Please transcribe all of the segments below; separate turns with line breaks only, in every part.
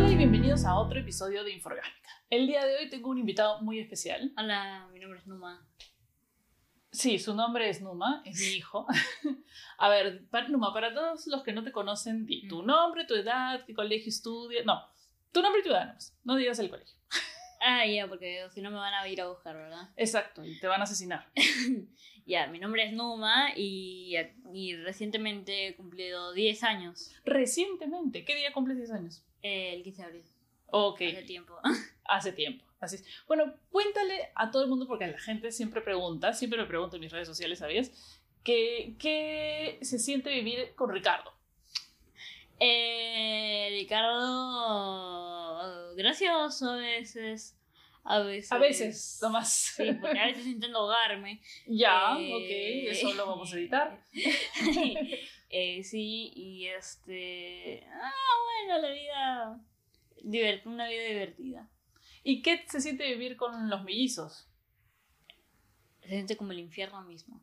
bienvenidos a otro episodio de Inforgámica. El día de hoy tengo un invitado muy especial.
Hola, mi nombre es Numa.
Sí, su nombre es Numa, es mi hijo. a ver, para, Numa, para todos los que no te conocen, di tu nombre, tu edad, qué colegio estudias. No, tu nombre y tu edad, nomás. no digas el colegio.
Ah, ya, porque si no me van a ir a buscar, ¿verdad?
Exacto, y te van a asesinar.
Ya, mi nombre es Numa y, y recientemente he cumplido 10 años.
Recientemente, ¿qué día cumples 10 años?
eh, el 15 de abril,
Ok,
hace tiempo.
hace tiempo. Así es. Bueno, cuéntale a todo el mundo, porque la gente siempre pregunta, siempre me pregunta en mis redes sociales, ¿sabías? ¿Qué, qué se siente vivir con Ricardo?
Eh, Ricardo, gracioso a veces. A veces.
A veces, nomás.
Sí, porque a veces intento ahogarme.
Ya,
Eh,
ok, eso lo vamos a editar.
Eh, sí, y este. Ah, bueno, la vida. divert- una vida divertida.
¿Y qué se siente vivir con los mellizos?
Se siente como el infierno mismo.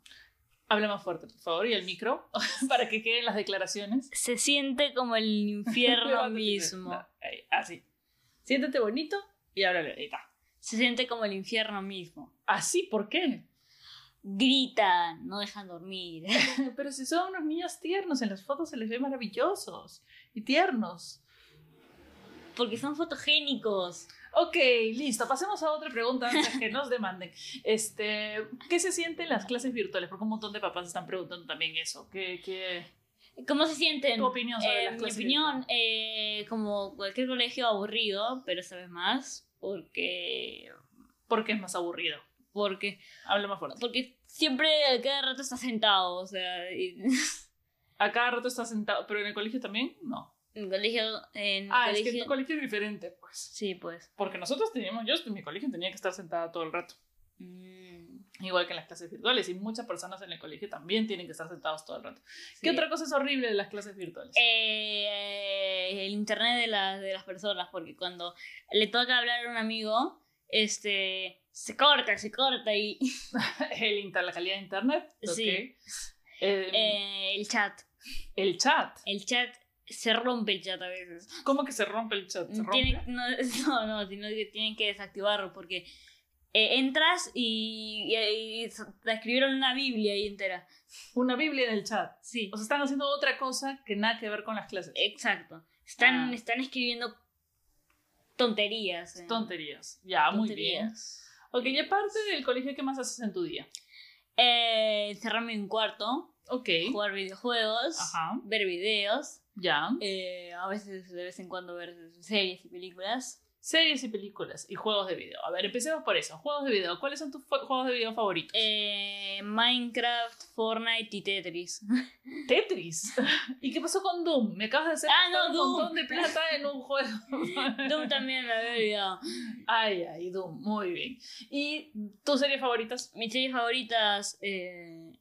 Habla más fuerte, por favor, y el micro, para que queden las declaraciones.
Se siente como el infierno
Levántate,
mismo.
da, ahí, Así. Siéntate bonito y háblale. Ahí está.
Se siente como el infierno mismo.
Así, ¿por qué?
Gritan, no dejan dormir.
Pero si son unos niños tiernos, en las fotos se les ve maravillosos y tiernos.
Porque son fotogénicos.
Ok, listo. Pasemos a otra pregunta antes que nos demanden. Este, ¿Qué se siente en las clases virtuales? Porque un montón de papás están preguntando también eso. ¿Qué, qué...
¿Cómo se sienten?
Tu opinión sobre
Eh,
las clases
Mi opinión, eh, como cualquier colegio aburrido, pero sabes más, porque,
¿Por qué es más aburrido?
porque,
Habla más fuerte.
porque siempre a cada rato estás sentado, o sea, y-
A cada rato estás sentado, pero en el colegio también, no.
en colegio, en
ah,
colegio,
es que tu colegio es diferente, pues.
sí, pues,
Porque nosotros teníamos, yo en mi colegio tenía que estar sentada todo el rato,
Mm,
igual que en las clases virtuales, y muchas personas en el colegio también tienen que estar sentados todo el rato.
sí.
¿Qué otra cosa es horrible de las clases virtuales?
Eh, el internet de, las de las personas, porque cuando le toca hablar a un amigo, este, se corta, se corta y
El inter- la calidad de internet, ok.
Sí.
Eh,
eh, el chat,
el chat,
el chat, se rompe el chat a veces.
¿cómo que se rompe el chat? ¿Se rompe?
Tienen- no, no, no, sino que tienen que desactivarlo porque eh, entras y, y- y te escribieron una Biblia ahí entera.
Una Biblia en el chat.
Sí,
O sea, están haciendo otra cosa que nada que ver con las clases.
Eh, exacto. Están,
Ah.
están escribiendo tonterías. eh,
Tonterías. Ya, muy bien.
tonterías.
Ok, y aparte del colegio, ¿qué más haces en tu día?
Eh, encerrarme en un cuarto,
Ok,
jugar videojuegos,
Ajá.
ver videos,
ya.
eh, a veces de vez en cuando ver series y películas.
Series y películas y juegos de video. A ver, empecemos por eso. Juegos de video. ¿Cuáles son tus fu- juegos de video favoritos?
Eh, Minecraft, Fortnite y Tetris.
Tetris. ¿Y qué pasó con Doom? Me acabas de hacer
Ah,
gastar
no,
un
Doom.
montón de plata en un juego.
Doom también me había olvidado.
ay, ay, Doom. Muy bien. ¿Y tus series favoritas?
Mis series favoritas, eh,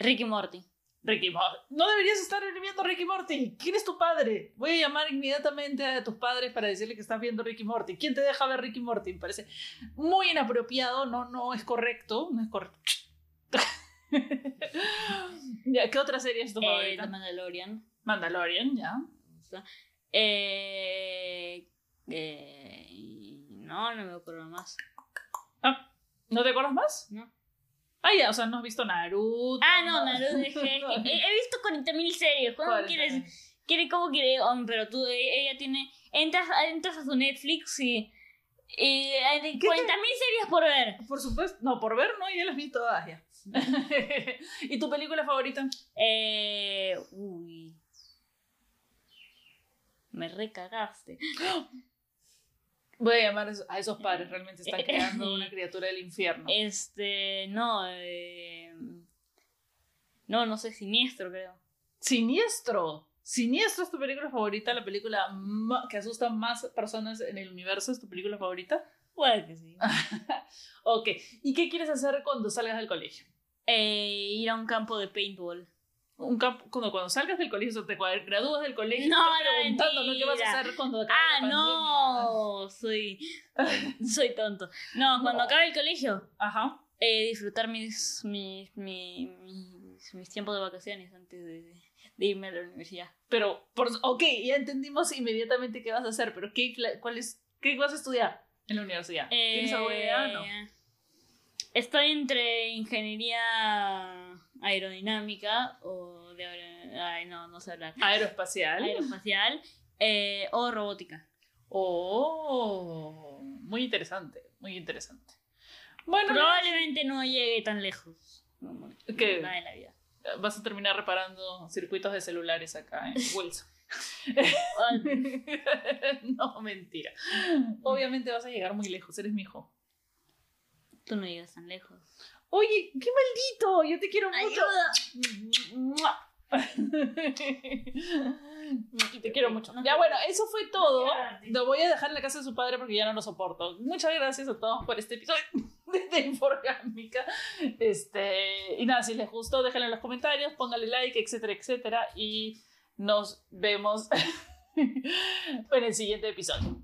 Rick y Morty.
Ricky Morty. No deberías estar viendo Ricky Morty. ¿Quién es tu padre? Voy a llamar inmediatamente a tus padres para decirle que estás viendo Ricky Morty. ¿Quién te deja ver Ricky Morty? Me parece muy inapropiado. No, no es correcto. No es correcto. Ya, ¿Qué otra serie es tu
Eh,
favorita?
The Mandalorian.
Mandalorian, ya.
Eh, eh, y no, no me acuerdo más.
¿No te acuerdas más?
No.
Ah, ya, o sea, no has visto Naruto.
Ah, no, Naruto. es que- es que he, he visto 40.000 series. ¿Cómo
¿Cuál?
quieres? quiere ¿Cómo quiere? Um, pero tú, e- ella tiene... Entras, entras a su Netflix y... y hay de 40.000
te-
series por ver.
Por supuesto, no, por ver, no, ya las vi todas ya. ¿Y tu película favorita?
Eh, uy. Me recagaste.
Voy a llamar a esos- a esos padres, realmente están creando una criatura del infierno.
Este, no, eh, no, no sé, siniestro creo.
Siniestro. Siniestro es tu película favorita, la película ma- que asusta más personas en el universo es tu película favorita.
Puede que sí.
Ok, ¿y qué quieres hacer cuando salgas del colegio?
Eh, ir a un campo de paintball.
Un campo- cuando, cuando salgas del colegio, o te cua- gradúas del colegio,
No,
estás
no,
preguntando ¿no? qué vas a
mentira.
hacer cuando acabe
Ah,
la pandemia?
no, soy, soy tonto. No, cuando
No.
acabe el colegio,
Ajá.
eh, disfrutar mis, mis, mi- mis, mis tiempos de vacaciones antes de, de irme a la universidad.
Pero, por, ok, ya entendimos inmediatamente qué vas a hacer, pero ¿qué, pla- cuál es, ¿qué vas a estudiar en la universidad? ¿Tienes alguna idea o no?
Eh, Estoy entre ingeniería aerodinámica o de aer- ay, no, no sé hablar.
Aeroespacial.
Aeroespacial eh, o robótica.
Oh, muy interesante, muy interesante. Bueno,
Probablemente no llegue tan lejos. No,
¿Qué?
nada de la vida.
vas a terminar reparando circuitos de celulares acá en Wilson.
O-
no, mentira. Obviamente vas a llegar muy lejos, eres mi hijo.
Tú no llegas tan lejos.
Oye, qué maldito, yo te quiero mucho.
Ayuda.
Mua. Y te quiero mucho.
No te-
Ya bueno, eso fue todo.
Gracias.
Lo voy a dejar en la casa de su padre porque ya no lo soporto. Muchas gracias a todos por este episodio de Inforgámica. Este, y nada, si les gustó, déjenlo en los comentarios, pónganle like, etcétera, etcétera. Y nos vemos en el siguiente episodio.